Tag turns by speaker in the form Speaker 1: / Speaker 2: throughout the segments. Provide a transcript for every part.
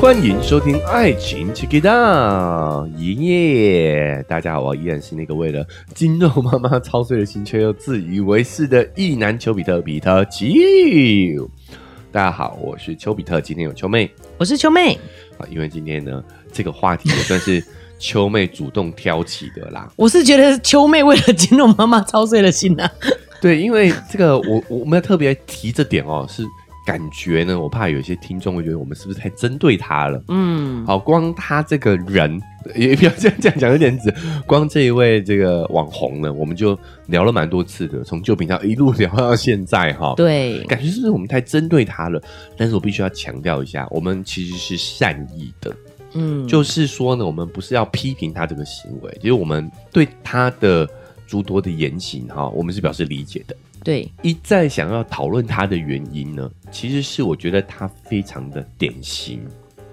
Speaker 1: 欢迎收听《爱情 Check It Out》，耶！大家好，我依然是那个为了金肉妈妈操碎了心却又自以为是的意男丘比特比特奇。大家好，我是丘比特，今天有丘妹
Speaker 2: 我是秋妹，
Speaker 1: 啊，因为今天呢，这个话题也算是丘妹主动挑起的啦。
Speaker 2: 我是觉得秋妹为了金融妈妈操碎了心啊。
Speaker 1: 对，因为这个 我我我们要特别提这点哦，是感觉呢，我怕有些听众会觉得我们是不是太针对他了。
Speaker 2: 嗯，
Speaker 1: 好，光他这个人，也不要这样这样讲，有点直。光这一位这个网红呢，我们就聊了蛮多次的，从旧频道一路聊到现在哈。，
Speaker 2: 对，
Speaker 1: 感觉是不是我们太针对他了？但是我必须要强调一下，我们其实是善意的，
Speaker 2: 嗯，
Speaker 1: 就是说呢，我们不是要批评他这个行为，就是我们对他的诸多的言行哈，我们是表示理解的。
Speaker 2: 对，
Speaker 1: 一再想要讨论他的原因呢，其实是我觉得他非常的典型，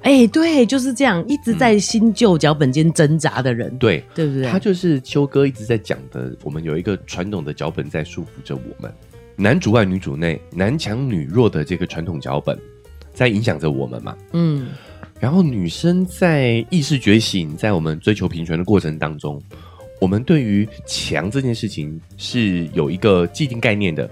Speaker 2: 哎、对，就是这样，一直在新旧脚本间挣扎的人，
Speaker 1: 对，
Speaker 2: 对不对？
Speaker 1: 他就是秋哥一直在讲的，我们有一个传统的脚本在束缚着我们，男主外女主内，男强女弱的这个传统脚本在影响着我们嘛。
Speaker 2: 嗯，
Speaker 1: 然后女生在意识觉醒，在我们追求平权的过程当中，我们对于强这件事情是有一个既定概念的。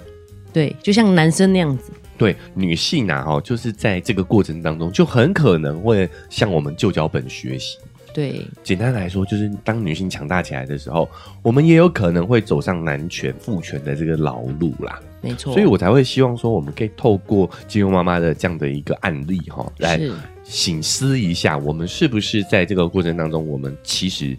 Speaker 2: 对，就像男生那样子，
Speaker 1: 对女性啊，哈，就是在这个过程当中，就很可能会向我们旧脚本学习。
Speaker 2: 对，
Speaker 1: 简单来说，就是当女性强大起来的时候，我们也有可能会走上男权、父权的这个老路啦。
Speaker 2: 没错。
Speaker 1: 所以我才会希望说，我们可以透过金庸妈妈的这样的一个案例哈，来
Speaker 2: 是
Speaker 1: 醒思一下，我们是不是在这个过程当中，我们其实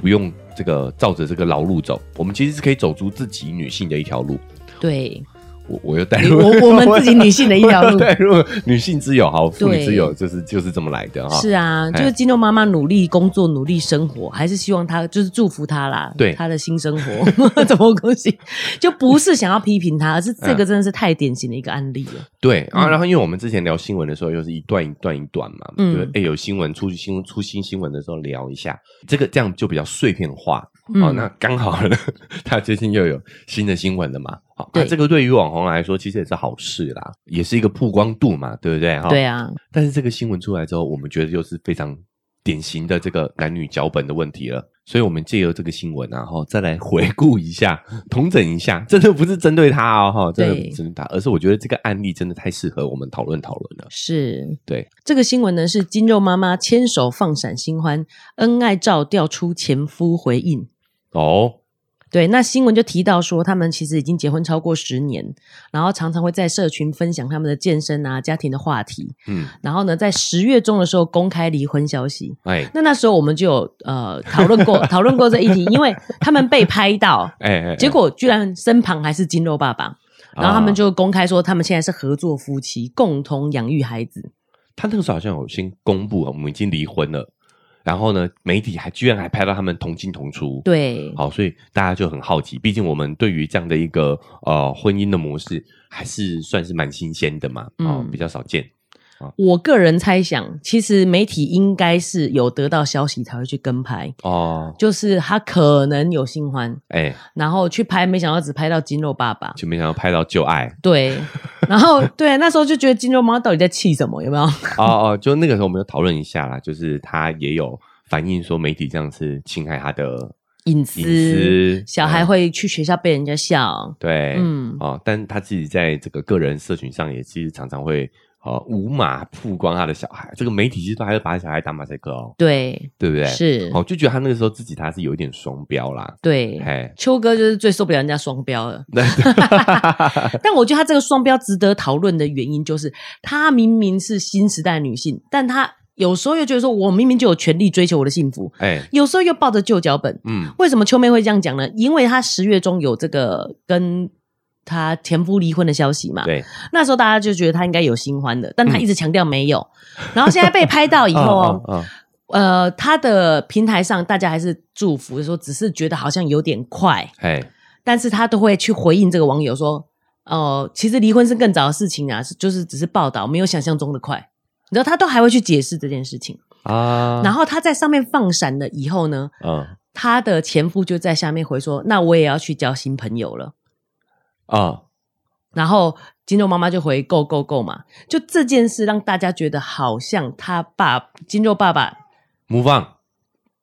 Speaker 1: 不用这个照着这个老路走，我们其实是可以走出自己女性的一条路。
Speaker 2: 对，
Speaker 1: 我我又带入
Speaker 2: 我我们自己女性的一条 路。
Speaker 1: 带入女性之友哈，妇女
Speaker 2: 对
Speaker 1: 之友就是就是这么来的哈。
Speaker 2: 是啊，就是金牛妈妈努力工作、努力生活，还是希望她就是祝福她啦，
Speaker 1: 对
Speaker 2: 她的新生活 怎么恭喜，就不是想要批评她，而是这个真的是太典型的一个案例了。
Speaker 1: 对啊，
Speaker 2: 嗯
Speaker 1: 然后因为我们之前聊新闻的时候，又是一段一段一段嘛，
Speaker 2: 嗯
Speaker 1: 对，哎、有新闻出去新闻出新新闻的时候聊一下，这个这样就比较碎片化。
Speaker 2: 嗯
Speaker 1: 哦，那刚好呢， 他最近又有新的新闻了嘛，好、那
Speaker 2: 对
Speaker 1: 这个对于网红来说其实也是好事啦，也是一个曝光度嘛，对不对？哦哈、
Speaker 2: 对。啊，
Speaker 1: 但是这个新闻出来之后，我们觉得又是非常典型的这个男女脚本的问题了。所以，我们借由这个新闻、啊，然后再来回顾一下、 统整一下，真的不是针对他哦，哈，真的不是
Speaker 2: 对
Speaker 1: 针对他，而是我觉得这个案例真的太适合我们讨论讨论了。
Speaker 2: 是
Speaker 1: 对，
Speaker 2: 这个新闻呢是金肉妈妈牵手放闪新欢，恩爱照调出前夫回应。
Speaker 1: 哦，
Speaker 2: 对，那新闻就提到说，他们其实已经结婚超过十年，然后常常会在社群分享他们的健身啊、家庭的话题。
Speaker 1: 嗯，
Speaker 2: 然后呢，在十月中的时候公开离婚消息。
Speaker 1: 哎，
Speaker 2: 那那时候我们就有呃讨论 过讨论过这一题，因为他们被拍到，
Speaker 1: 哎哎，
Speaker 2: 结果居然身旁还是金肉爸爸，
Speaker 1: 哎
Speaker 2: 然后他们、
Speaker 1: 啊
Speaker 2: 就公开说他们现在是合作夫妻，共同养育孩子。
Speaker 1: 他那个时候好像有先公布，我们已经离婚了，然后呢，媒体还居然还拍到他们同进同出，
Speaker 2: 对，
Speaker 1: 好，所以大家就很好奇，毕竟我们对于这样的一个呃婚姻的模式，还是算是蛮新鲜的嘛，哦，
Speaker 2: 嗯
Speaker 1: 比较少见。
Speaker 2: 我个人猜想，其实媒体应该是有得到消息才会去跟拍，
Speaker 1: 哦，
Speaker 2: 就是他可能有新欢，
Speaker 1: 哎，
Speaker 2: 然后去拍，没想到只拍到金肉爸爸。
Speaker 1: 就没想到拍到旧爱。
Speaker 2: 对，然后对，那时候就觉得金肉妈妈到底在气什么？有没有？
Speaker 1: 哦哦，就那个时候我们有讨论一下啦，就是他也有反映说媒体这样是侵害他的
Speaker 2: 隐私，
Speaker 1: 隐私，
Speaker 2: 小孩
Speaker 1: 嗯、
Speaker 2: 会去学校被人家笑。
Speaker 1: 对，
Speaker 2: 嗯
Speaker 1: 哦，但他自己在这个个人社群上也其实常常会。哦，无码曝光他的小孩，这个媒体其实都还会把小孩当马赛克哦，
Speaker 2: 对，
Speaker 1: 对不对？，
Speaker 2: 是，
Speaker 1: 哦，就觉得他那个时候自己他是有一点双标啦，
Speaker 2: 对。
Speaker 1: 哎，
Speaker 2: 秋哥就是最受不了人家双标了，
Speaker 1: 那
Speaker 2: 但我觉得他这个双标值得讨论的原因，就是他明明是新时代女性，但他有时候又觉得说，我明明就有权利追求我的幸福，
Speaker 1: 哎，
Speaker 2: 有时候又抱着旧脚本。
Speaker 1: 嗯，
Speaker 2: 为什么秋妹会这样讲呢？因为她十月中有这个跟她前夫离婚的消息嘛，
Speaker 1: 对，
Speaker 2: 那时候大家就觉得她应该有新欢的，但她
Speaker 1: 嗯
Speaker 2: 一直强调没有。然后现在被拍到以后哦，
Speaker 1: 嗯，嗯嗯
Speaker 2: 呃，她的平台上大家还是祝福说，只是觉得好像有点快，
Speaker 1: 哎，
Speaker 2: 但是她都会去回应这个网友说，哦、其实离婚是更早的事情啊，是就是只是报道，没有想象中的快。你知道，她都还会去解释这件事情。
Speaker 1: 啊，
Speaker 2: 然后她在上面放闪了以后呢，
Speaker 1: 嗯
Speaker 2: 她的前夫就在下面回说：“那我也要去交新朋友了。
Speaker 1: 啊，”
Speaker 2: 然后金肉妈妈就回 “go go go” 嘛，就这件事让大家觉得好像他爸金肉爸爸
Speaker 1: ，move on，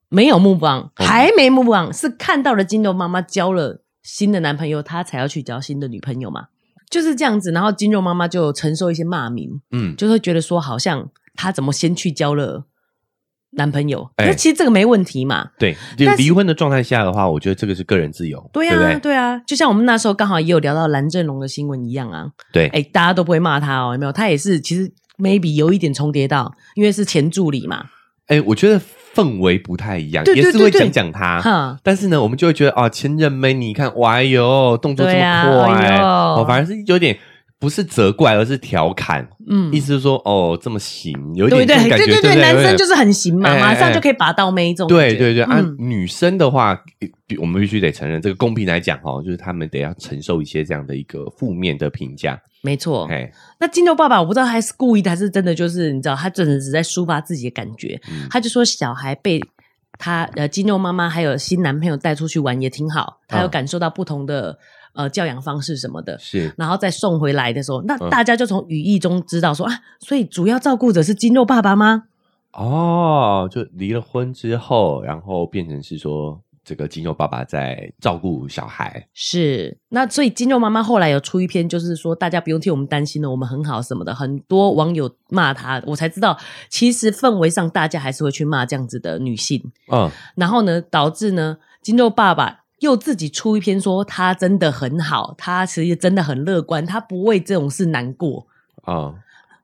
Speaker 2: 没有目光，
Speaker 1: 哦
Speaker 2: 还没目光，是看到了金肉妈妈交了新的男朋友，他才要去交新的女朋友嘛，就是这样子。然后金肉妈妈就承受一些骂名，
Speaker 1: 嗯，
Speaker 2: 就会觉得说好像他怎么先去交了男朋友，
Speaker 1: 哎
Speaker 2: 那、其实这个没问题嘛。
Speaker 1: 对，就
Speaker 2: 但是
Speaker 1: 离婚的状态下的话，我觉得这个是个人自由，
Speaker 2: 对
Speaker 1: 不
Speaker 2: 啊，
Speaker 1: 对？
Speaker 2: 啊，就像我们那时候刚好也有聊到蓝正龙的新闻一样啊，
Speaker 1: 对，
Speaker 2: 哎，大家都不会骂他哦，有没有？他也是其实 maybe 有一点重叠到，因为是前助理嘛，
Speaker 1: 哎、我觉得氛围不太一样，
Speaker 2: 对对
Speaker 1: 也是会
Speaker 2: 对对
Speaker 1: 讲讲他。
Speaker 2: 哈，
Speaker 1: 但是呢，我们就会觉得啊，前任妹，你看，哇哟，动作这么
Speaker 2: 对啊
Speaker 1: 快，
Speaker 2: 哎呦
Speaker 1: 哦，反而是有点不是责怪，而是调侃，
Speaker 2: 嗯
Speaker 1: 意，思是说哦，这么行，有一
Speaker 2: 对
Speaker 1: 点这
Speaker 2: 对
Speaker 1: 种感觉，
Speaker 2: 对对
Speaker 1: 不。
Speaker 2: 男生就是是很行嘛，
Speaker 1: 哎哎
Speaker 2: 马上
Speaker 1: 哎
Speaker 2: 就可以拔到妹这种感觉，
Speaker 1: 对对对、啊
Speaker 2: 嗯，
Speaker 1: 女生的话，呃比我们必须得承认，这个公平来讲哈、哦，就是他们得要承受一些这样的一个负面的评价。
Speaker 2: 没错。
Speaker 1: 哎、
Speaker 2: 那金牛爸爸，我不知道他是故意的还是真的，就是你知道，他真的只在抒发自己的感觉。
Speaker 1: 嗯
Speaker 2: 他就说小孩被他呃金牛妈妈还有新男朋友带出去玩也挺好，他有
Speaker 1: 嗯
Speaker 2: 感受到不同的、呃教养方式什么的。
Speaker 1: 是
Speaker 2: 然后再送回来的时候，那
Speaker 1: 嗯
Speaker 2: 大家就从语义中知道说、啊，所以主要照顾者是金肉爸爸吗？
Speaker 1: 哦，就离了婚之后，然后变成是说这个金牛爸爸在照顾小孩，
Speaker 2: 是，那所以金肉妈妈后来有出一篇，就是说大家不用替我们担心了，我们很好什么的。很多网友骂他，我才知道其实氛围上大家还是会去骂这样子的女性。
Speaker 1: 嗯，
Speaker 2: 然后呢，导致呢，金肉爸爸又自己出一篇说他真的很好，他其实真的很乐观，他不为这种事难过。
Speaker 1: 啊、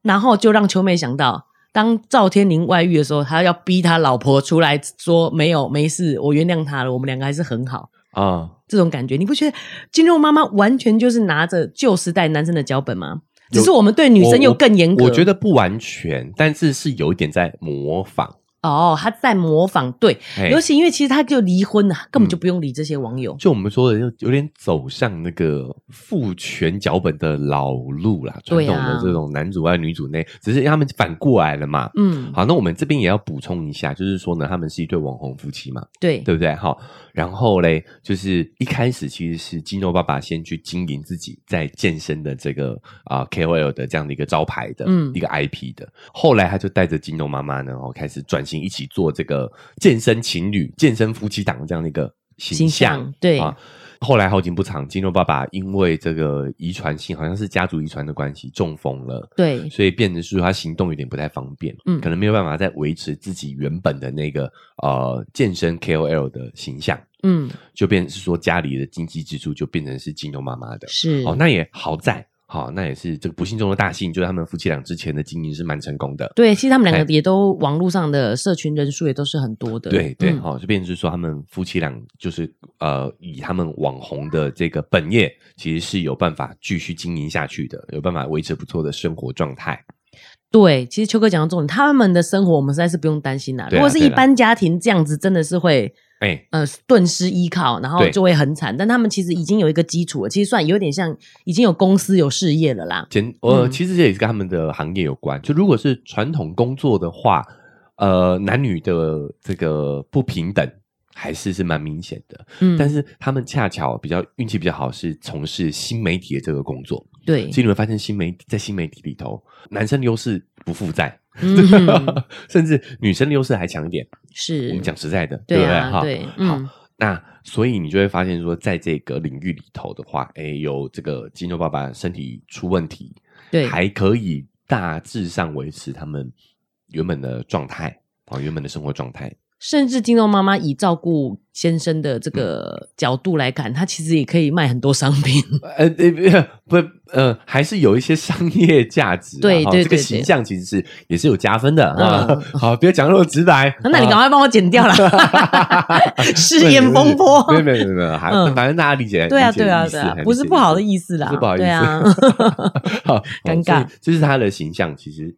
Speaker 2: 然后就让秋妹想到，当赵天林外遇的时候，他要逼他老婆出来说没有没事，我原谅他了，我们两个还是很好。
Speaker 1: 啊、
Speaker 2: 这种感觉，你不觉得金肉妈妈完全就是拿着旧时代男生的脚本吗？
Speaker 1: 有
Speaker 2: 只是我们对女生又更严格。
Speaker 1: 我觉得不完全，但是是有一点在模仿。
Speaker 2: 哦，他在模仿，对，
Speaker 1: 嘿
Speaker 2: 尤其因为其实他就离婚了，根本就不用理这些网友。
Speaker 1: 就我们说的，就有点走向那个父权脚本的老路啦，传
Speaker 2: 对
Speaker 1: 统
Speaker 2: 啊
Speaker 1: 的这种男主外女主内，只是他们反过来了嘛。
Speaker 2: 嗯，
Speaker 1: 好，那我们这边也要补充一下，就是说呢，他们是一对网红夫妻嘛，
Speaker 2: 对，
Speaker 1: 对不对？好，然后嘞，就是一开始其实是金肉爸爸先去经营自己在健身的这个啊、KOL 的这样的一个招牌的、
Speaker 2: 嗯
Speaker 1: 一个 IP 的，后来他就带着金肉妈妈呢，然后开始转型一起做这个健身情侣、健身夫妻档这样的一个形
Speaker 2: 形
Speaker 1: 象，
Speaker 2: 象对
Speaker 1: 啊。后来好景不长，金肉爸爸因为这个遗传性，好像是家族遗传的关系，中风了。
Speaker 2: 对，
Speaker 1: 所以变成是说他行动有点不太方便，
Speaker 2: 嗯
Speaker 1: 可能没有办法再维持自己原本的那个呃健身 KOL 的形象，
Speaker 2: 嗯，
Speaker 1: 就变成是说家里的经济支出就变成是金牛妈妈的。
Speaker 2: 是，
Speaker 1: 哦，那也好在，好、那也是这个不幸中的大幸，就是他们夫妻俩之前的经营是蛮成功的。
Speaker 2: 对，其实他们两
Speaker 1: 哎
Speaker 2: 个也都网络上的社群人数也都是很多的。
Speaker 1: 对对，
Speaker 2: 嗯
Speaker 1: 好、就变成是说他们夫妻俩就是呃，以他们网红的这个本业，其实是有办法继续经营下去的，有办法维持不错的生活状态。
Speaker 2: 对，其实秋哥讲到重点，他们的生活我们实在是不用担心啦。
Speaker 1: 对啊
Speaker 2: 如果是
Speaker 1: 对
Speaker 2: 一
Speaker 1: 啦
Speaker 2: 般家庭这样子，真的是会
Speaker 1: 哎、
Speaker 2: 呃顿失依靠，然后
Speaker 1: 对
Speaker 2: 就会很惨。但他们其实已经有一个基础了，其实算有点像已经有公司有事业了啦。
Speaker 1: 简呃，
Speaker 2: 嗯
Speaker 1: 其实这也是跟他们的行业有关。就如果是传统工作的话，呃，男女的这个不平等还是是蛮明显的。
Speaker 2: 嗯，
Speaker 1: 但
Speaker 2: 是
Speaker 1: 是他们恰巧比较运气比较好，是从事新媒体的这个工作。
Speaker 2: 对
Speaker 1: 其，实你会发现，新媒在新媒体里头，男生的优势不负债，
Speaker 2: 嗯，
Speaker 1: 甚至女生的优势还强一点。
Speaker 2: 是
Speaker 1: 啊我们讲实在的，
Speaker 2: 对
Speaker 1: 不对？
Speaker 2: 啊，
Speaker 1: 哈，
Speaker 2: 对，
Speaker 1: 好
Speaker 2: 嗯，
Speaker 1: 那所以你就会发现说，在这个领域里头的话，哎，有这个金牛爸爸身体出问题，
Speaker 2: 对，
Speaker 1: 还可以大致上维持他们原本的状态啊、哦，原本的生活状态。
Speaker 2: 甚至金融妈妈以照顾先生的这个角度来看，她其实也可以卖很多商品。
Speaker 1: 呃呃 不呃，还是有一些商业价值啊、
Speaker 2: 对
Speaker 1: 哈
Speaker 2: 对
Speaker 1: 这个
Speaker 2: 对对
Speaker 1: 形象其实是也是有加分的啊。
Speaker 2: 嗯，
Speaker 1: 好，不要讲那么直白
Speaker 2: 那你赶
Speaker 1: 啊。
Speaker 2: 快帮我剪掉啦， 誓言风波。
Speaker 1: 没有没有没有没 有，还、
Speaker 2: 嗯
Speaker 1: 反正大家理解。
Speaker 2: 对啊，
Speaker 1: 理解
Speaker 2: 对啊，
Speaker 1: 意思
Speaker 2: 对啊
Speaker 1: 还，
Speaker 2: 不
Speaker 1: 理
Speaker 2: 是
Speaker 1: 解
Speaker 2: 不好
Speaker 1: 意思
Speaker 2: 的意思啦，
Speaker 1: 不是不好意思，
Speaker 2: 对啊，
Speaker 1: 好好
Speaker 2: 尴尬
Speaker 1: 所以这是他的形象，其实，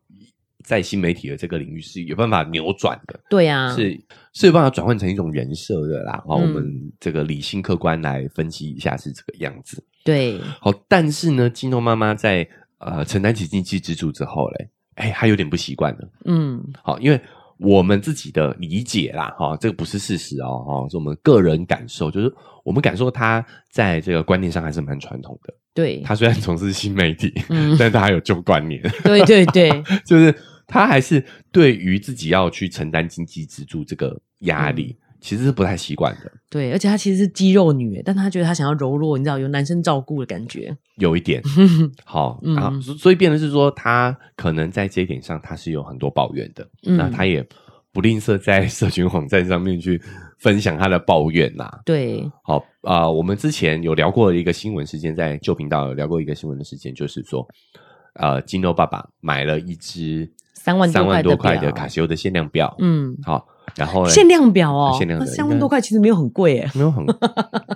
Speaker 1: 在新媒体的这个领域是有办法扭转的。
Speaker 2: 对啊，
Speaker 1: 是是有办法转换成一种人设的啦。好、
Speaker 2: 嗯
Speaker 1: 我们这个理性客观来分析一下是这个样子。
Speaker 2: 对，
Speaker 1: 好，但是呢，金诺妈妈在呃承担起经济支柱之后嘞，哎，她有点不习惯了。
Speaker 2: 嗯，
Speaker 1: 好，因为我们自己的理解啦，哈、这个不是事实哦，哈、是我们个人感受，就是我们感受她在这个观念上还是蛮传统的。
Speaker 2: 对，
Speaker 1: 他虽然从事新媒体，
Speaker 2: 嗯，
Speaker 1: 但他还有旧观念，
Speaker 2: 对对对，
Speaker 1: 就是他还是对于自己要去承担经济支柱这个压力，
Speaker 2: 嗯
Speaker 1: 其实是不太习惯的，
Speaker 2: 对，而且她其实是肌肉女，但她觉得她想要柔弱，你知道，有男生照顾的感觉。
Speaker 1: 有一 点好，
Speaker 2: 嗯
Speaker 1: 然后所所以变的是说，他可能在这一点上他是有很多抱怨的，
Speaker 2: 嗯
Speaker 1: 那他也不吝啬在社群网站上面去分享他的抱怨呐、
Speaker 2: 对，
Speaker 1: 好啊、呃我们之前有聊过一个新闻事件，在旧频道有聊过一个新闻的事件，就是说，呃，金牛爸爸买了一只
Speaker 2: 三万多
Speaker 1: 三
Speaker 2: 块
Speaker 1: 万
Speaker 2: 的
Speaker 1: 多
Speaker 2: 表
Speaker 1: 块的卡西欧的限量表，
Speaker 2: 嗯，
Speaker 1: 好，然后呢啊
Speaker 2: 限量表哦，
Speaker 1: 限量
Speaker 2: 那
Speaker 1: 的
Speaker 2: 三万多块其实没有很贵耶。
Speaker 1: 没有 很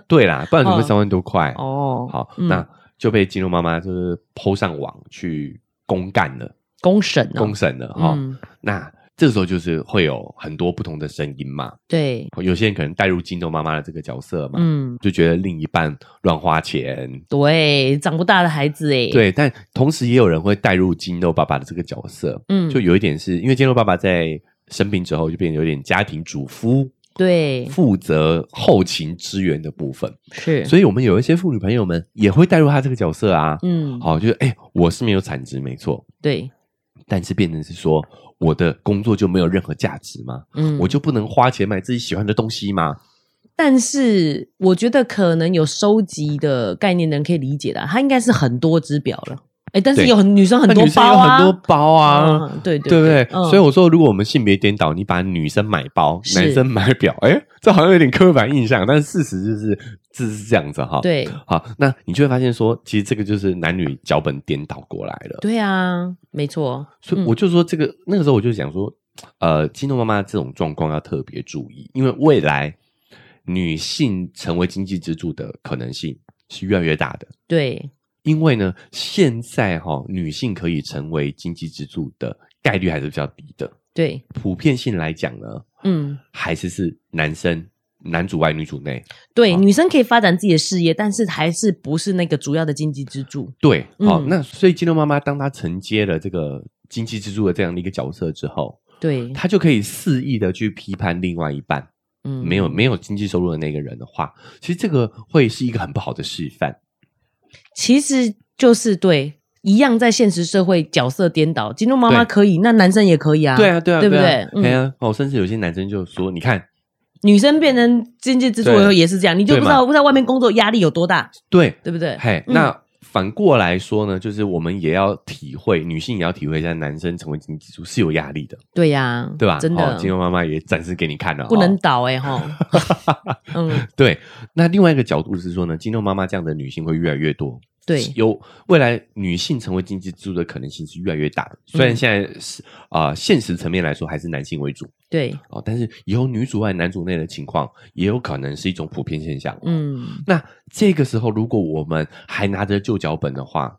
Speaker 1: 对啦，不然怎么会三万多块？
Speaker 2: 哦，
Speaker 1: 好，
Speaker 2: 嗯
Speaker 1: 那就被金牛妈妈就是抛上网去公干了，
Speaker 2: 公审哦，
Speaker 1: 公审了哈、
Speaker 2: 嗯，
Speaker 1: 那这时候就是会有很多不同的声音嘛，
Speaker 2: 对，
Speaker 1: 有些人可能带入金牛妈妈的这个角色嘛，
Speaker 2: 嗯，
Speaker 1: 就觉得另一半乱花钱，
Speaker 2: 对，长不大的孩子哎，，
Speaker 1: 对，但同时也有人会带入金牛爸爸的这个角色，
Speaker 2: 嗯，
Speaker 1: 就有一点是因为金牛爸爸在生病之后就变得有点家庭主夫，
Speaker 2: 对，
Speaker 1: 负责后勤支援的部分，
Speaker 2: 是，
Speaker 1: 所以我们有一些妇女朋友们也会带入他这个角色啊。
Speaker 2: 嗯，
Speaker 1: 好，就是哎、我是没有产值没错，
Speaker 2: 对，
Speaker 1: 但是变成是说我的工作就没有任何价值吗？
Speaker 2: 嗯，
Speaker 1: 我就不能花钱买自己喜欢的东西吗？
Speaker 2: 但是我觉得可能有收集的概念的人可以理解的啊，它应该是很多只表了。哎，但是
Speaker 1: 对
Speaker 2: 有很女生很
Speaker 1: 那
Speaker 2: 多
Speaker 1: 女生
Speaker 2: 包
Speaker 1: 有
Speaker 2: 啊，
Speaker 1: 很多包啊。
Speaker 2: 嗯，对
Speaker 1: 对不对？
Speaker 2: 嗯
Speaker 1: 所以我说，如果我们性别颠倒，你把女生买包，
Speaker 2: 是
Speaker 1: 男生买表，哎，这好像有点刻板印象，但是事实就是，这是这样子哈。，
Speaker 2: 对
Speaker 1: 好，那你就会发现说，其实这个就是男女脚本颠倒过来了。
Speaker 2: 对嗯啊，没错，
Speaker 1: 所以我就说，这个、那个时候我就想说，呃，金牛妈妈这种状况要特别注意，因为未来女性成为经济支柱的可能性是越来越大的。
Speaker 2: 对，
Speaker 1: 因为呢，现在哈、女性可以成为经济支柱的概率还是比较低的，
Speaker 2: 对，
Speaker 1: 普遍性来讲呢，
Speaker 2: 嗯，
Speaker 1: 还是是男生男主外女主内。
Speaker 2: 对，
Speaker 1: 好
Speaker 2: 女生可以发展自己的事业，但是还是不是那个主要的经济支柱。
Speaker 1: 对，好、
Speaker 2: 嗯
Speaker 1: 那所以金牛妈妈当她承接了这个经济支柱的这样的一个角色之后，
Speaker 2: 对，
Speaker 1: 她就可以肆意的去批判另外一半。
Speaker 2: 嗯，
Speaker 1: 没有没有经济收入的那个人的话，其实这个会是一个很不好的示范。
Speaker 2: 其实就是对，一样在现实社会角色颠倒，金钟妈妈
Speaker 1: 对
Speaker 2: 可以，那男生也可以啊，
Speaker 1: 对啊，对啊，
Speaker 2: 对不
Speaker 1: 啊
Speaker 2: 对嗯
Speaker 1: 对啊，哦，甚至有些男生就说：“你看，
Speaker 2: 女生变成经济支柱
Speaker 1: 对
Speaker 2: 以后也是这样，你就
Speaker 1: 对
Speaker 2: 不知
Speaker 1: 嘛
Speaker 2: 道在外面工作压力有多大，
Speaker 1: 对，
Speaker 2: 对不对？
Speaker 1: 嘿，
Speaker 2: 嗯
Speaker 1: 那反过来说呢，就是我们也要体会，女性也要体会一下，男生成为经济支柱是有压力的，
Speaker 2: 对呀，
Speaker 1: 对吧？
Speaker 2: 真
Speaker 1: 哦
Speaker 2: 的
Speaker 1: 金牛妈妈也展示给你看了，
Speaker 2: 不能
Speaker 1: 哦
Speaker 2: 倒哎哈， 嗯，
Speaker 1: 对。那另外一个角度是说呢，金牛妈妈这样的女性会越来越多，
Speaker 2: 对，
Speaker 1: 有未来女性成为经济支柱的可能性是越来越大的。虽然
Speaker 2: 嗯
Speaker 1: 现在是啊、呃现实层面来说还是男性为主。
Speaker 2: 对，
Speaker 1: 哦，但是以后女主外男主内的情况，也有可能是一种普遍现象。，
Speaker 2: 嗯，
Speaker 1: 那这个时候，如果我们还拿着旧脚本的话，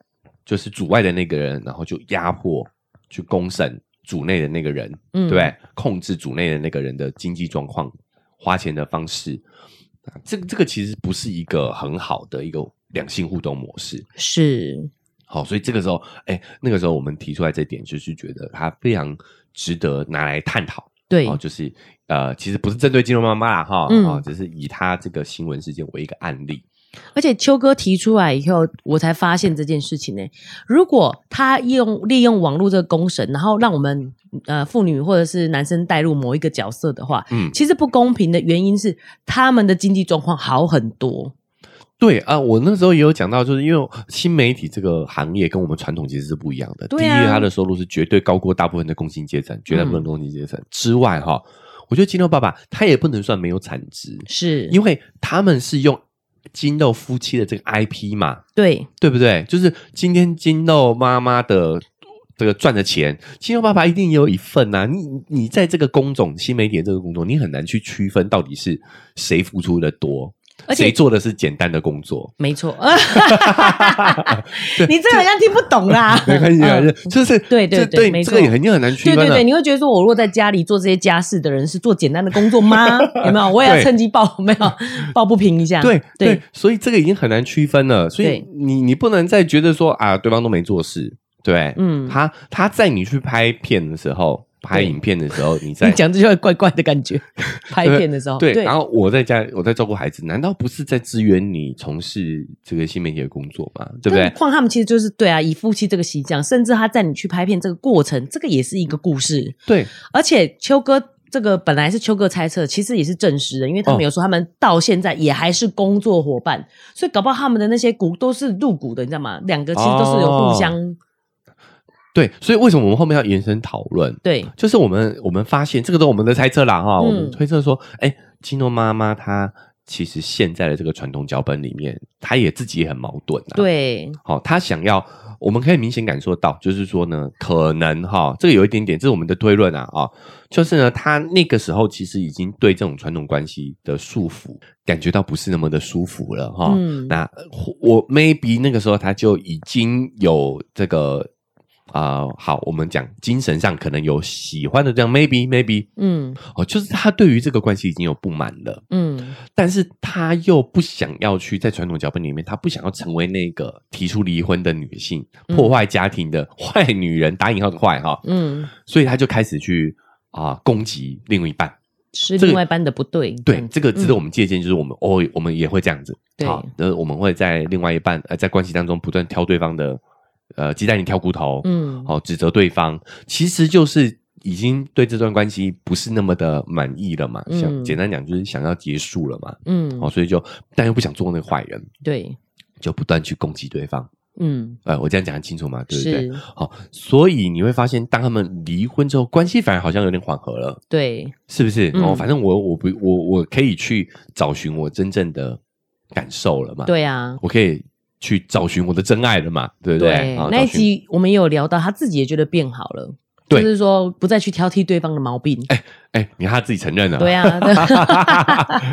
Speaker 1: 就是主外的那个人，然后就压迫、去公审主内的那个人，对
Speaker 2: 嗯
Speaker 1: 不对？控制主内的那个人的经济状况、花钱的方式，啊这个这个其实不是一个很好的一个两性互动模式。
Speaker 2: 是，
Speaker 1: 好，所以这个时候，哎，那个时候我们提出来这点，就是觉得它非常值得拿来探讨。
Speaker 2: 对
Speaker 1: 哦，，就是呃，其实不是针对金融妈妈啦，哈，
Speaker 2: 嗯
Speaker 1: 哦，只是以她这个新闻事件为一个案例，
Speaker 2: 而且秋哥提出来以后，我才发现这件事情呢、如果他用利用网络这个公审，然后让我们呃妇女或者是男生带入某一个角色的话，
Speaker 1: 嗯，
Speaker 2: 其实不公平的原因是他们的经济状况好很多。
Speaker 1: 对啊、我那时候也有讲到，就是因为新媒体这个行业跟我们传统其实是不一样的，
Speaker 2: 对
Speaker 1: 第一，
Speaker 2: 啊嗯
Speaker 1: 它的收入是绝对高过大部分的工薪阶层，绝大部分工薪阶层、之外，哈、我觉得金牛爸爸他也不能算没有产值，
Speaker 2: 是，
Speaker 1: 因为他们是用金豆夫妻的这个 IP 嘛，
Speaker 2: 对
Speaker 1: 对不对？就是今天金豆妈妈的这个赚的钱，金豆爸爸一定也有一份呐、你你在这个工种新媒体的这个工作，你很难去区分到底是谁付出的多，
Speaker 2: 而且
Speaker 1: 谁做的是简单的工作。
Speaker 2: 没错。 你这个好像听不懂啦。
Speaker 1: 没关系啊，
Speaker 2: 嗯
Speaker 1: 就是
Speaker 2: 对对
Speaker 1: 这
Speaker 2: 对
Speaker 1: 对，
Speaker 2: 没
Speaker 1: 这
Speaker 2: 错
Speaker 1: 个也很你很难区
Speaker 2: 对
Speaker 1: 分啊
Speaker 2: 对
Speaker 1: 的、
Speaker 2: 对，你会觉得说，我若在家里做这些家事的人是做简单的工 作吗？有没有？我也要
Speaker 1: 对
Speaker 2: 趁机抱，没有抱不平一下。
Speaker 1: 对
Speaker 2: 对
Speaker 1: 对，所以这个已经很难区分了。所以
Speaker 2: 对
Speaker 1: 你你不能再觉得说啊，对方都没做事，对，
Speaker 2: 嗯
Speaker 1: 他他在你去拍片的时候，拍影片的时候，你在
Speaker 2: 你讲这句话怪怪的感 觉。拍片的时候，
Speaker 1: 对，
Speaker 2: 对
Speaker 1: 然后我在家我在照顾孩子，难道不是在支援你从事这个新媒体的工作吗？对不对
Speaker 2: 但？况他们其实就是对啊，以夫妻这个形象，甚至他在你去拍片这个过程，这个也是一个故事。
Speaker 1: 对，
Speaker 2: 而且秋哥这个本来是秋哥猜测，其实也是证实的，因为他们
Speaker 1: 哦
Speaker 2: 有说他们到现在也还是工作伙伴，所以搞不好他们的那些股都是入股的，你知道吗？两个其实都是有互相、
Speaker 1: 哦对，所以为什么我们后面要延伸讨论？
Speaker 2: 对
Speaker 1: 就是我们我们发现这个都我们的猜测啦哈，
Speaker 2: 嗯
Speaker 1: 我们推测说，哎，基诺妈妈她其实现在的这个传统脚本里面，她也自己也很矛盾啊。，
Speaker 2: 对
Speaker 1: 好、她想要，我们可以明显感受到，就是说呢，可能哈、这个有一点点，这是我们的推论啊啊、就是呢，她那个时候其实已经对这种传统关系的束缚感觉到不是那么的舒服了哈、
Speaker 2: 嗯
Speaker 1: 哦那我 maybe 那个时候他就已经有这个啊、好，我们讲精神上可能有喜欢的这样 maybe maybe
Speaker 2: 嗯
Speaker 1: 哦，就是他对于这个关系已经有不满了，
Speaker 2: 嗯
Speaker 1: 但是他又不想要去在传统脚本里面，他不想要成为那个提出离婚的女性、
Speaker 2: 嗯
Speaker 1: 破坏家庭的坏女人，打引号的坏哈、
Speaker 2: 嗯，
Speaker 1: 所以他就开始去啊、攻击另一半。
Speaker 2: 是
Speaker 1: 这个
Speaker 2: 另外一班的不对，
Speaker 1: 对，这个值得
Speaker 2: 嗯
Speaker 1: 我们借鉴，就是我们偶尔我们也会这样子，
Speaker 2: 对
Speaker 1: 好，那我们会在另外一半呃在关系当中不断挑对方的呃鸡蛋里挑骨头，
Speaker 2: 嗯
Speaker 1: 好、指责对方，其实就是已经对这段关系不是那么的满意了嘛，
Speaker 2: 嗯
Speaker 1: 想简单讲就是想要结束了嘛，
Speaker 2: 嗯
Speaker 1: 好、所以就但又不想做那个坏人，
Speaker 2: 对
Speaker 1: 就不断去攻击对方，
Speaker 2: 嗯
Speaker 1: 呃，我这样讲得清楚嘛，对不对
Speaker 2: 是？
Speaker 1: 好，所以你会发现，当他们离婚之后，关系反而好像有点缓和了。
Speaker 2: 对
Speaker 1: 是不是？
Speaker 2: 嗯
Speaker 1: 哦，反正我我不我我可以去找寻我真正的感受了嘛，，
Speaker 2: 对啊。
Speaker 1: 我可以去找寻我的真爱了嘛，对不对？啊
Speaker 2: 那
Speaker 1: 找
Speaker 2: 一
Speaker 1: 寻
Speaker 2: 集我们也有聊到，他自己也觉得变好了，
Speaker 1: 对
Speaker 2: 就是说不再去挑剔对方的毛病。
Speaker 1: 哎，你看他自己承认了，
Speaker 2: 对啊，对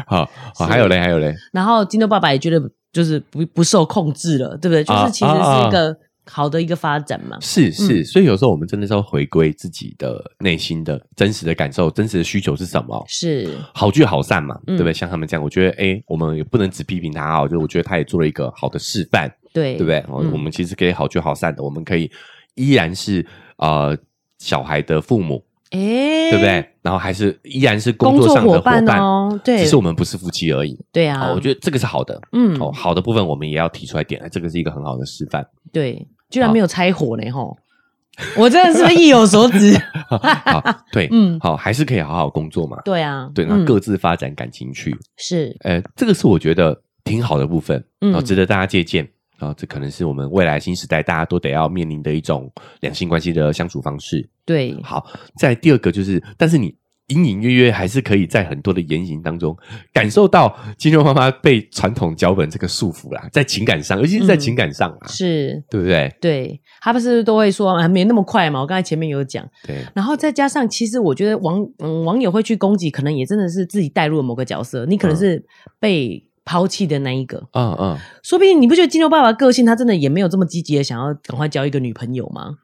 Speaker 1: 好，好，
Speaker 2: 是
Speaker 1: 还有嘞，还有嘞，
Speaker 2: 然后金豆爸爸也觉得就是不不受控制了，对不对？就
Speaker 1: 啊
Speaker 2: 是其实是一个好的一个发展嘛。
Speaker 1: 是
Speaker 2: 嗯
Speaker 1: 是，所以有时候我们真的是要回归自己的内心的真实的感受，真实的需求是什么？
Speaker 2: 是，
Speaker 1: 好聚好散嘛，
Speaker 2: 嗯
Speaker 1: 对不对？像他们这样，我觉得，哎，我们也不能只批评他啊，就是我觉得他也做了一个好的示范，
Speaker 2: 对，
Speaker 1: 对不对？哦
Speaker 2: 嗯
Speaker 1: 我们其实可以好聚好散的，我们可以依然是呃小孩的父母，
Speaker 2: 哎，
Speaker 1: 对不？对？然后还是依然是工
Speaker 2: 工
Speaker 1: 作
Speaker 2: 作
Speaker 1: 上的
Speaker 2: 伙
Speaker 1: 伴，
Speaker 2: 哦，对
Speaker 1: 只，是我们不是夫妻而已。
Speaker 2: 对
Speaker 1: 好，
Speaker 2: 啊，
Speaker 1: 我觉得这个是好的。
Speaker 2: 嗯，
Speaker 1: 哦，好的部分我们也要提出来点，哎这个是一个很好的示 范。
Speaker 2: 对，居然没有拆火呢，吼！ 我真的是不是意有 所指？
Speaker 1: 好，对，
Speaker 2: 嗯
Speaker 1: 好，还是可以好好工作嘛。
Speaker 2: 对啊，
Speaker 1: 对，那
Speaker 2: 嗯
Speaker 1: 各自发展感情去，
Speaker 2: 是
Speaker 1: 呃，这个是我觉得挺好的部分，
Speaker 2: 嗯
Speaker 1: 嗯，值得大家借鉴。啊、这可能是我们未来新时代大家都得要面临的一种两性关系的相处方式。
Speaker 2: 对，
Speaker 1: 好，再来第二个就是，但是你隐隐约约还是可以在很多的言行当中感受到金融妈妈被传统脚本这个束缚啦，在情感上，尤其是在
Speaker 2: 嗯
Speaker 1: 情感上啊，
Speaker 2: 是。
Speaker 1: 对不对？
Speaker 2: 对他不是都会说啊，没那么快嘛。我刚才前面有讲，
Speaker 1: 对，
Speaker 2: 然后再加上，其实我觉得网嗯网友会去攻击，可能也真的是自己带入了某个角色，你可能是被抛弃的那一个。
Speaker 1: 嗯嗯，
Speaker 2: 说不定你不觉得金牛爸爸个性他真的也没有这么积极的想要赶快交一个女朋友吗？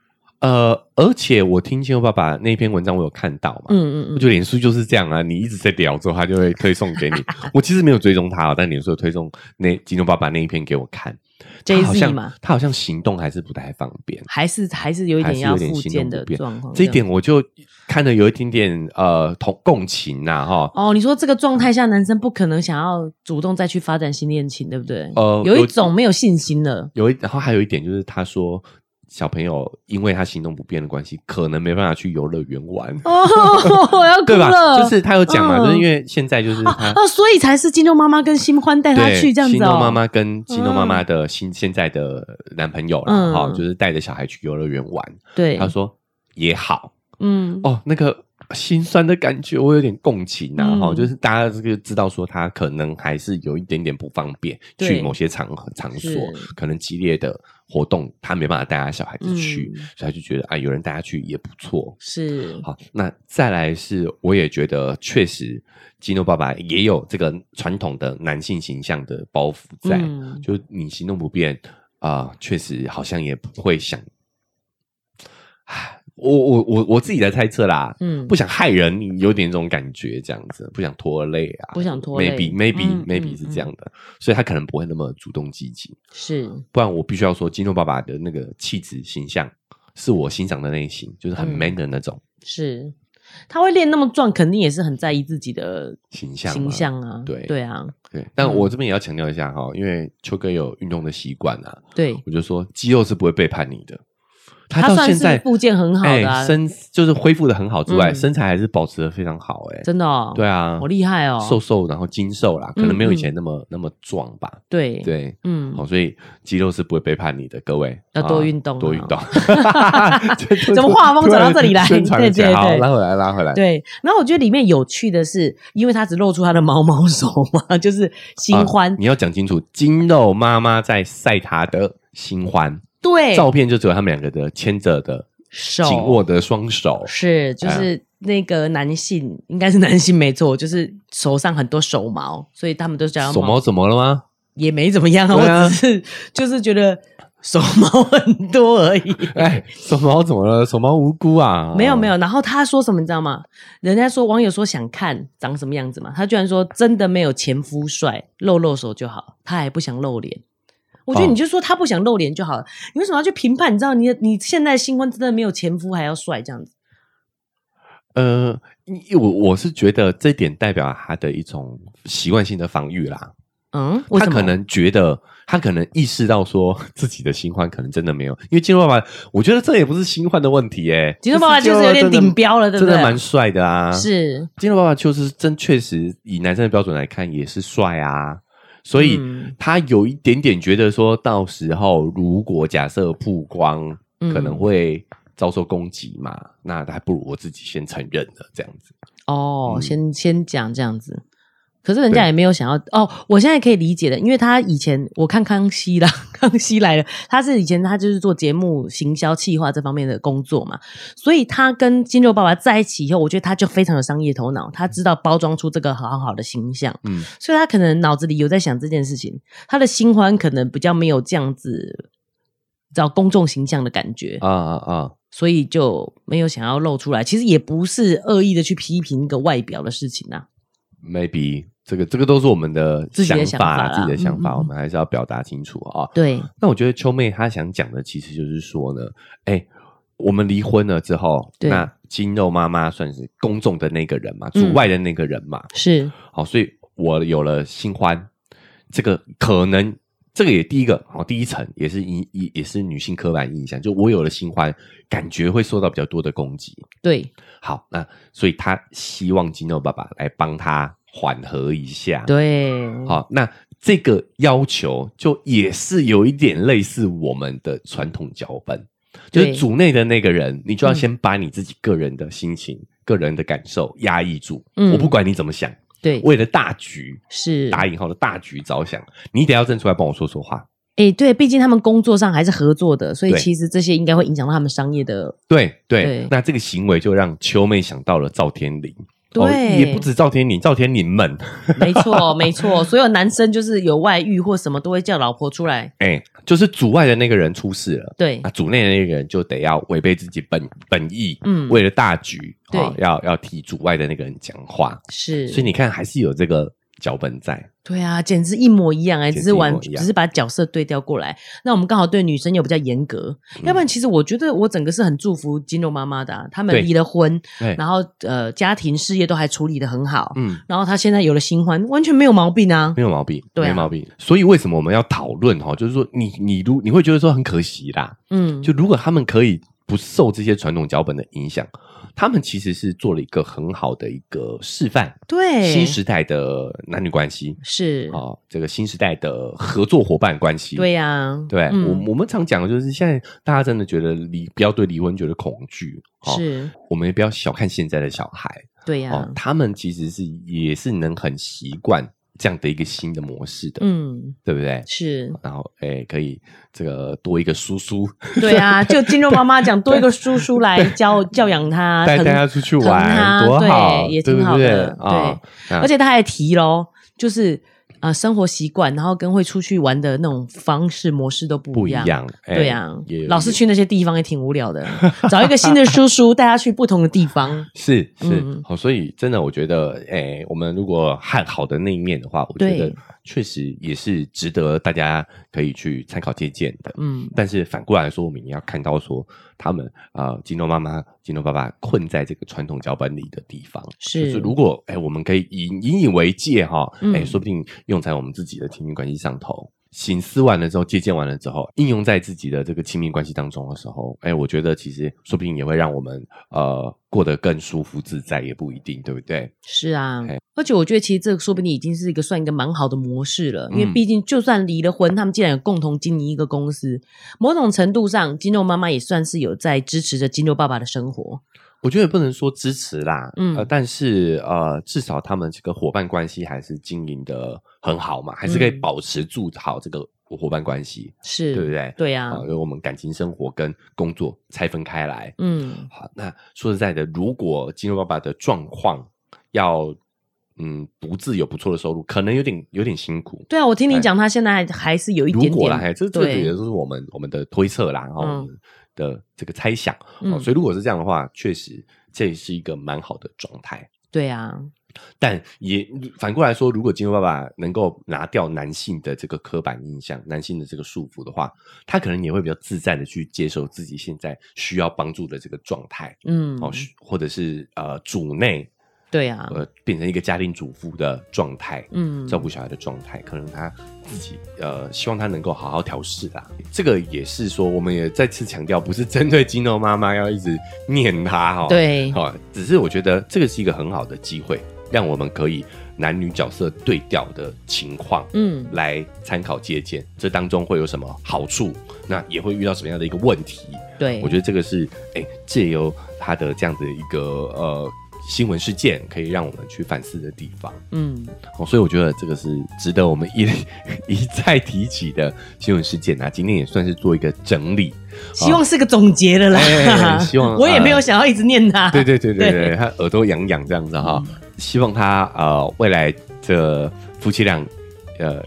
Speaker 1: 呃，而且我听金融爸爸那篇文章，我有看到嘛，
Speaker 2: 嗯嗯
Speaker 1: 我
Speaker 2: 嗯，
Speaker 1: 觉得脸书就是这样啊，你一直在聊之后，他就会推送 给你。我其实没有追踪他、哦，但脸书有推送那金牛爸爸那一篇给我看。他好
Speaker 2: Jay-Z
Speaker 1: 像
Speaker 2: 嘛
Speaker 1: 他好像行动还是不太方便，
Speaker 2: 还是还是有一
Speaker 1: 还
Speaker 2: 点
Speaker 1: 是
Speaker 2: 要
Speaker 1: 有点
Speaker 2: 复
Speaker 1: 行
Speaker 2: 健
Speaker 1: 动不
Speaker 2: 的
Speaker 1: 便
Speaker 2: 状况。
Speaker 1: 这一点我就看得有一点点呃同共情呐、哈。
Speaker 2: 哦，你说这个状态下，男生不可能想要主动再去发展新恋情，对不对？
Speaker 1: 呃
Speaker 2: 有一
Speaker 1: 有
Speaker 2: 种没有信心了。
Speaker 1: 有一然后还有一点就是他说小朋友因为他行动不便的关系，可能没办法去游乐园玩，
Speaker 2: 哦， 我要哭
Speaker 1: 对吧？
Speaker 2: 了。
Speaker 1: 就是他有讲嘛，
Speaker 2: 嗯
Speaker 1: 就是因为现在就是
Speaker 2: 啊
Speaker 1: 他。
Speaker 2: 啊，所以才是金牛妈妈跟新欢带他
Speaker 1: 对，
Speaker 2: 去这样子
Speaker 1: 新
Speaker 2: 哦。
Speaker 1: 诺妈妈跟新诺妈妈的新、现在的男朋友啦，
Speaker 2: 嗯
Speaker 1: 哈、就是带着小孩去游乐园玩。
Speaker 2: 对，
Speaker 1: 他说也好
Speaker 2: 嗯，
Speaker 1: 哦，那个心酸的感觉我有点共情呐、
Speaker 2: 嗯
Speaker 1: 哈、就是大家这个知道说他可能还是有一点点不方便
Speaker 2: 对
Speaker 1: 去某些场合场所
Speaker 2: 是，
Speaker 1: 可能激烈的活动他没办法带他小孩子去，
Speaker 2: 嗯
Speaker 1: 所以他就觉得啊，有人带他去也不错。
Speaker 2: 是，
Speaker 1: 好，那再来是，我也觉得确实，基诺爸爸也有这个传统的男性形象的包袱在，
Speaker 2: 嗯
Speaker 1: 就你行动不便啊、确实好像也不会想，唉我我我我自己的猜测啦，
Speaker 2: 嗯
Speaker 1: 不想害人，有点这种感觉，这样子不想拖累啊，
Speaker 2: 不想拖累
Speaker 1: maybe maybe、
Speaker 2: 嗯
Speaker 1: maybe
Speaker 2: 嗯
Speaker 1: 是这样的，所以他可能不会那么主动积极，
Speaker 2: 是，
Speaker 1: 不然我必须要说，基诺爸爸的那个气质形象是我欣赏的类型，就是很
Speaker 2: 嗯
Speaker 1: man 的那种
Speaker 2: 是他会练那么壮，肯定也是很在意自己的
Speaker 1: 形象嘛。
Speaker 2: 形象啊。
Speaker 1: 对
Speaker 2: 对啊，
Speaker 1: 对，但我这边也要强调一下哈，因为秋哥有运动的习惯啊，
Speaker 2: 对，
Speaker 1: 我就说肌肉是不会背叛你的。
Speaker 2: 他
Speaker 1: 到
Speaker 2: 算
Speaker 1: 现
Speaker 2: 是
Speaker 1: 在
Speaker 2: 部件很好的啊
Speaker 1: 哎，身就是恢复的很好之外，
Speaker 2: 嗯
Speaker 1: 身材还是保持的非常好、哎，
Speaker 2: 真的哦，
Speaker 1: 对啊，
Speaker 2: 好厉害哦，嗯
Speaker 1: 瘦瘦然后精瘦啦，可能没有以前那么、那么壮吧。
Speaker 2: 对，
Speaker 1: 对，
Speaker 2: 嗯
Speaker 1: 好、，所以肌肉是不会背叛你的，各位
Speaker 2: 要多运动啊
Speaker 1: 多运 动。
Speaker 2: 怎么画风走到这里来
Speaker 1: 突然宣传一下
Speaker 2: 对对对
Speaker 1: 好，拉回来，拉回来。
Speaker 2: 对，然后我觉得里面有趣的是，因为他只露出他的毛毛手嘛， 就是新欢
Speaker 1: 啊，你要讲清楚，金肉妈妈在晒她的新欢，
Speaker 2: 对，
Speaker 1: 照片就只有他们两个的牵着的
Speaker 2: 手
Speaker 1: 紧握的啊双手，
Speaker 2: 是就是那个男性，应该是男性没错，就是手上很多手毛，所以他们都叫他
Speaker 1: 手毛怎么了 吗？
Speaker 2: 也没怎么样啊，
Speaker 1: 对啊
Speaker 2: 我只是就是觉得手毛很多而已。哦
Speaker 1: 哎，手毛怎么了？手毛无辜啊？
Speaker 2: 没有没有，然后他说什么你知道吗？人家说网友说想看长什么样子嘛，他居然说真的没有前夫帅，露露手就好，他还不想露脸。我觉得
Speaker 1: 哦
Speaker 2: 你就说他不想露脸就好了，你为什么要去评判？你知道你的你现在的新婚真的没有前夫还要帅这样子？
Speaker 1: 呃，因我我是觉得这点代表他的一种习惯性的防御啦。
Speaker 2: 嗯，为
Speaker 1: 他
Speaker 2: 什么
Speaker 1: 可能觉得，他可能意识到说自己的新欢可能真的没有，因为金肉爸爸，我觉得这也不是新欢的问题哎、
Speaker 2: 金肉爸爸就是有点顶标了对不对
Speaker 1: 真的蛮帅的啊，
Speaker 2: 是
Speaker 1: 金肉爸爸就是真确实以男生的标准来看也是帅啊，所以
Speaker 2: 嗯
Speaker 1: 他有一点点觉得说到时候如果假设曝光，
Speaker 2: 嗯
Speaker 1: 可能会遭受攻击嘛，那还不如我自己先承认了这样子。
Speaker 2: 哦，
Speaker 1: 嗯
Speaker 2: 先先讲这样子。可是人家
Speaker 1: 对
Speaker 2: 也没有想要哦，我现在可以理解的，因为他以前我看康熙啦， 康熙来了，他是以前他就是做节目行销企划这方面的工作嘛，所以他跟金肉爸爸在一起以后，我觉得他就非常有商业头脑，他知道包装出这个好好的形象，
Speaker 1: 嗯，
Speaker 2: 所以他可能脑子里有在想这件事情，他的新欢可能比较没有这样子，找公众形象的感觉
Speaker 1: 啊啊啊！
Speaker 2: 所以就没有想要露出来。其实也不是恶意的去批评一个外表的事情啊。
Speaker 1: maybe 这个这个都是我们的
Speaker 2: 自己的想
Speaker 1: 法
Speaker 2: 法
Speaker 1: 啦，
Speaker 2: 啦
Speaker 1: 自己的想法，
Speaker 2: 嗯嗯嗯
Speaker 1: 我们还是要表达清楚啊、
Speaker 2: 对，
Speaker 1: 那我觉得秋妹她想讲的其实就是说呢，哎，我们离婚了之后，
Speaker 2: 对嗯
Speaker 1: 那金肉妈妈算是公众的那个人嘛，主外的那个人嘛，
Speaker 2: 是，
Speaker 1: 好，所以我有了新欢，这个可能。这个也第一个好，第一层也是一一也是女性刻板印象，就我有了新欢，感觉会受到比较多的攻击。
Speaker 2: 对，
Speaker 1: 好，那所以她希望金肉爸爸来帮她缓和一下。
Speaker 2: 对，
Speaker 1: 好，那这个要求就也是有一点类似我们的传统脚本，就
Speaker 2: 对嗯
Speaker 1: 是组内的那个人，你就要先把你自己个人的心情、个人的感受压抑住。
Speaker 2: 嗯
Speaker 1: 我不管你怎么想，
Speaker 2: 对，
Speaker 1: 为了大局
Speaker 2: 是，
Speaker 1: 打引号的大局着想，你得要站出来帮我说说话。
Speaker 2: 诶，对，毕竟他们工作上还是合作的，所以
Speaker 1: 对
Speaker 2: 其实这些应该会影响到他们商业的。
Speaker 1: 对对，
Speaker 2: 对
Speaker 1: 那这个行为就让秋妹想到了赵天林。
Speaker 2: 对
Speaker 1: 哦也不止赵天林，赵天林们，
Speaker 2: 没错，没错，所有男生就是有外遇或什么都会叫老婆出来。
Speaker 1: 哎、就是组外的那个人出事了，
Speaker 2: 对
Speaker 1: 那，组内的那个人就得要违背自己本本意，
Speaker 2: 嗯
Speaker 1: 为了大局，
Speaker 2: 对
Speaker 1: 哦要要替组外的那个人讲话，
Speaker 2: 是，
Speaker 1: 所以你看还是有这个脚本在，
Speaker 2: 对啊，简直一模一样哎、
Speaker 1: 简
Speaker 2: 只
Speaker 1: 直一
Speaker 2: 是
Speaker 1: 模一
Speaker 2: 玩
Speaker 1: 样，
Speaker 2: 只是把角色对调过来。那我们刚好对女生又比较严格，要不然其实我觉得我整个是很祝福金肉妈妈的啊、他们
Speaker 1: 嗯对
Speaker 2: 离了婚，
Speaker 1: 对，
Speaker 2: 然后呃家庭事业都还处理的很好，
Speaker 1: 嗯，
Speaker 2: 然后她现在有了新欢，完全没有毛病啊。
Speaker 1: 没有毛病，
Speaker 2: 对啊
Speaker 1: 没有毛病。所以为什么我们要讨论哈？就是说你你如你会觉得说很可惜啦，
Speaker 2: 嗯，
Speaker 1: 就如果他们可以不受这些传统脚本的影响，他们其实是做了一个很好的一个示范，
Speaker 2: 对，
Speaker 1: 新时代的男女关系。
Speaker 2: 是，
Speaker 1: 哦，这个新时代的合作伙伴关系，
Speaker 2: 对呀、
Speaker 1: 对，
Speaker 2: 嗯
Speaker 1: 我我们常讲的就是现在大家真的觉得离不要对离婚觉得恐惧，哦，
Speaker 2: 是，
Speaker 1: 我们也不要小看现在的小孩、
Speaker 2: 对呀、
Speaker 1: 哦，他们其实是也是能很习惯这样的一个新的模式的，
Speaker 2: 嗯，
Speaker 1: 对不对？
Speaker 2: 是，
Speaker 1: 然后哎，可以这个多一个叔叔
Speaker 2: 对啊，就金肉妈 妈讲多一个叔叔来教教养她，
Speaker 1: 带
Speaker 2: 啊疼
Speaker 1: 带他出去
Speaker 2: 疼
Speaker 1: 玩，
Speaker 2: 她
Speaker 1: 多
Speaker 2: 对
Speaker 1: 好，
Speaker 2: 也
Speaker 1: 对
Speaker 2: 挺
Speaker 1: 不
Speaker 2: 好
Speaker 1: 对
Speaker 2: 的，
Speaker 1: 啊？
Speaker 2: 而且他还提喽，就是呃生活习惯，然后跟会出去玩的那种方式模式都
Speaker 1: 不
Speaker 2: 不
Speaker 1: 一
Speaker 2: 一样。
Speaker 1: 样，哎
Speaker 2: 对呀、啊
Speaker 1: 也，
Speaker 2: 老是去那些地方也挺无聊的， 找一个新的叔叔带他去不同的地方。
Speaker 1: 是是，
Speaker 2: 嗯
Speaker 1: 好、所以真的，我觉得，哎、我们如果看好的那一面的话，我觉
Speaker 2: 对
Speaker 1: 得确实也是值得大家可以去参考借鉴的。
Speaker 2: 嗯，
Speaker 1: 但是反过来说，我们也要看到说，他们啊、呃金豆妈妈、金豆爸爸困在这个传统脚本里的地方，
Speaker 2: 是
Speaker 1: 就是如果哎、我们可以引引以为戒哈，哎、
Speaker 2: 嗯
Speaker 1: 说不定用在我们自己的亲密关系上头。醒思完了之后，借鉴完了之后，应用在自己的这个亲密关系当中的时候，哎、我觉得其实说不定也会让我们呃过得更舒服自在，也不一定，对不对？
Speaker 2: 是啊
Speaker 1: 嘿，
Speaker 2: 而且我觉得其实这个说不定已经是一个算一个蛮好的模式了，因为
Speaker 1: 嗯
Speaker 2: 毕竟就算离了婚，他们既然有共同经营一个公司，某种程度上，金肉妈妈也算是有在支持着金肉爸爸的生活。
Speaker 1: 我觉得也不能说支持啦，
Speaker 2: 嗯
Speaker 1: 呃，但是呃，至少他们这个伙伴关系还是经营的很好嘛，还是可以
Speaker 2: 嗯
Speaker 1: 保持住好这个伙伴关系，
Speaker 2: 是，
Speaker 1: 对不对？
Speaker 2: 对
Speaker 1: 啊、
Speaker 2: 啊，
Speaker 1: 因为我们感情生活跟工作拆分开来。
Speaker 2: 嗯，
Speaker 1: 好，那说实在的，如果金牛爸爸的状况要嗯独自有不错的收入，可能有点有点辛苦。
Speaker 2: 对啊，我听你讲，他现在还还是有一
Speaker 1: 哎如
Speaker 2: 点
Speaker 1: 果啦，还
Speaker 2: 点，
Speaker 1: 这这个
Speaker 2: 对
Speaker 1: 也就是我们我们的推测啦，然后
Speaker 2: 嗯
Speaker 1: 我们的这个猜想、哦。
Speaker 2: 嗯
Speaker 1: 所以如果是这样的话，确实这是一个蛮好的状态。
Speaker 2: 对啊，
Speaker 1: 但也反过来说，如果金牛爸爸能够拿掉男性的这个刻板印象、男性的这个束缚的话，他可能也会比较自在的去接受自己现在需要帮助的这个状态，
Speaker 2: 嗯，
Speaker 1: 哦，需或者是呃主内
Speaker 2: 对啊，
Speaker 1: 呃变成一个家庭主妇的状态，
Speaker 2: 嗯，
Speaker 1: 照顾小孩的状态，可能他自己呃希望他能够好好调试啦。这个也是说，我们也再次强调，不是针对金牛妈妈要一直念他哦，
Speaker 2: 对，
Speaker 1: 好、只是我觉得这个是一个很好的机会，让我们可以男女角色对调的情况
Speaker 2: 嗯，
Speaker 1: 来参考借鉴，这当中会有什么好处，那也会遇到什么样的一个问题？
Speaker 2: 对，
Speaker 1: 我觉得这个是，哎，借由他的这样的一个呃新闻事件，可以让我们去反思的地方。
Speaker 2: 嗯，
Speaker 1: 哦，所以我觉得这个是值得我们一 一再提起的新闻事件啊。今天也算是做一个整理，
Speaker 2: 希望是个总结了啦，
Speaker 1: 哎哎 哎希望
Speaker 2: 我也没有
Speaker 1: 呃
Speaker 2: 想要一直念他，
Speaker 1: 对对对对对，
Speaker 2: 啊对嗯
Speaker 1: 他耳朵痒痒这样子哈、希望他呃未来这夫妻俩呃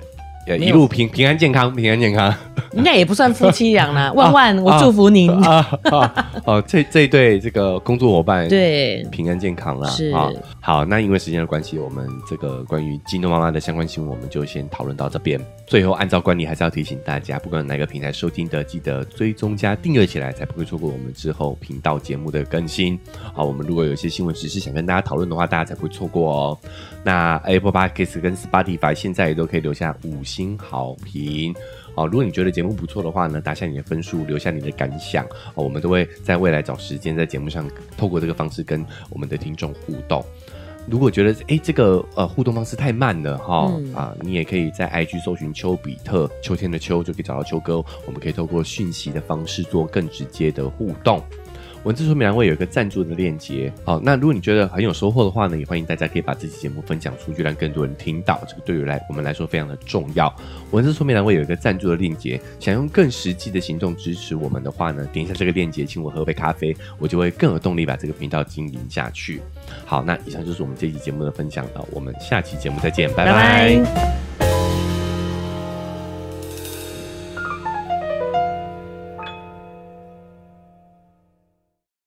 Speaker 1: 呃
Speaker 2: 没
Speaker 1: 一
Speaker 2: 有
Speaker 1: 路平平安健康，平安健康
Speaker 2: 应该也不算夫妻俩啦。万万，
Speaker 1: 啊
Speaker 2: 我祝福您。
Speaker 1: 啊啊哦，这这一对这个工作伙伴
Speaker 2: 对，
Speaker 1: 平安健康啦
Speaker 2: 是
Speaker 1: 啊、好，那因为时间的关系，我们这个关于金豆妈妈的相关新闻，我们就先讨论到这边。最后，按照惯例，还是要提醒大家，不管哪个平台收听的，记得追踪加订阅起来，才不会错过我们之后频道节目的更新。好，我们如果有一些新闻时事想跟大家讨论的话，大家才不会错过哦。那 Apple Podcast 跟 Spotify 现在也都可以留下五星好评。哦，如果你觉得节目不错的话呢，打下你的分数，留下你的感想哦，我们都会在未来找时间在节目上透过这个方式跟我们的听众互动。如果觉得诶这个呃互动方式太慢了哈、
Speaker 2: 嗯
Speaker 1: 啊，你也可以在 IG 搜寻丘比特秋天的秋就可以找到秋哥哦，我们可以透过讯息的方式做更直接的互动。文字说明栏位有一个赞助的链接。好，那如果你觉得很有收获的话呢，也欢迎大家可以把这期节目分享出去，让更多人听到。这个对于来我们来说非常的重要。文字说明栏位有一个赞助的链接，想用更实际的行动支持我们的话呢，点一下这个链接，请我喝杯咖啡，我就会更有动力把这个频道经营下去。好，那以上就是我们这期节目的分享了，我们下期节目再见，拜
Speaker 2: 拜拜
Speaker 1: 拜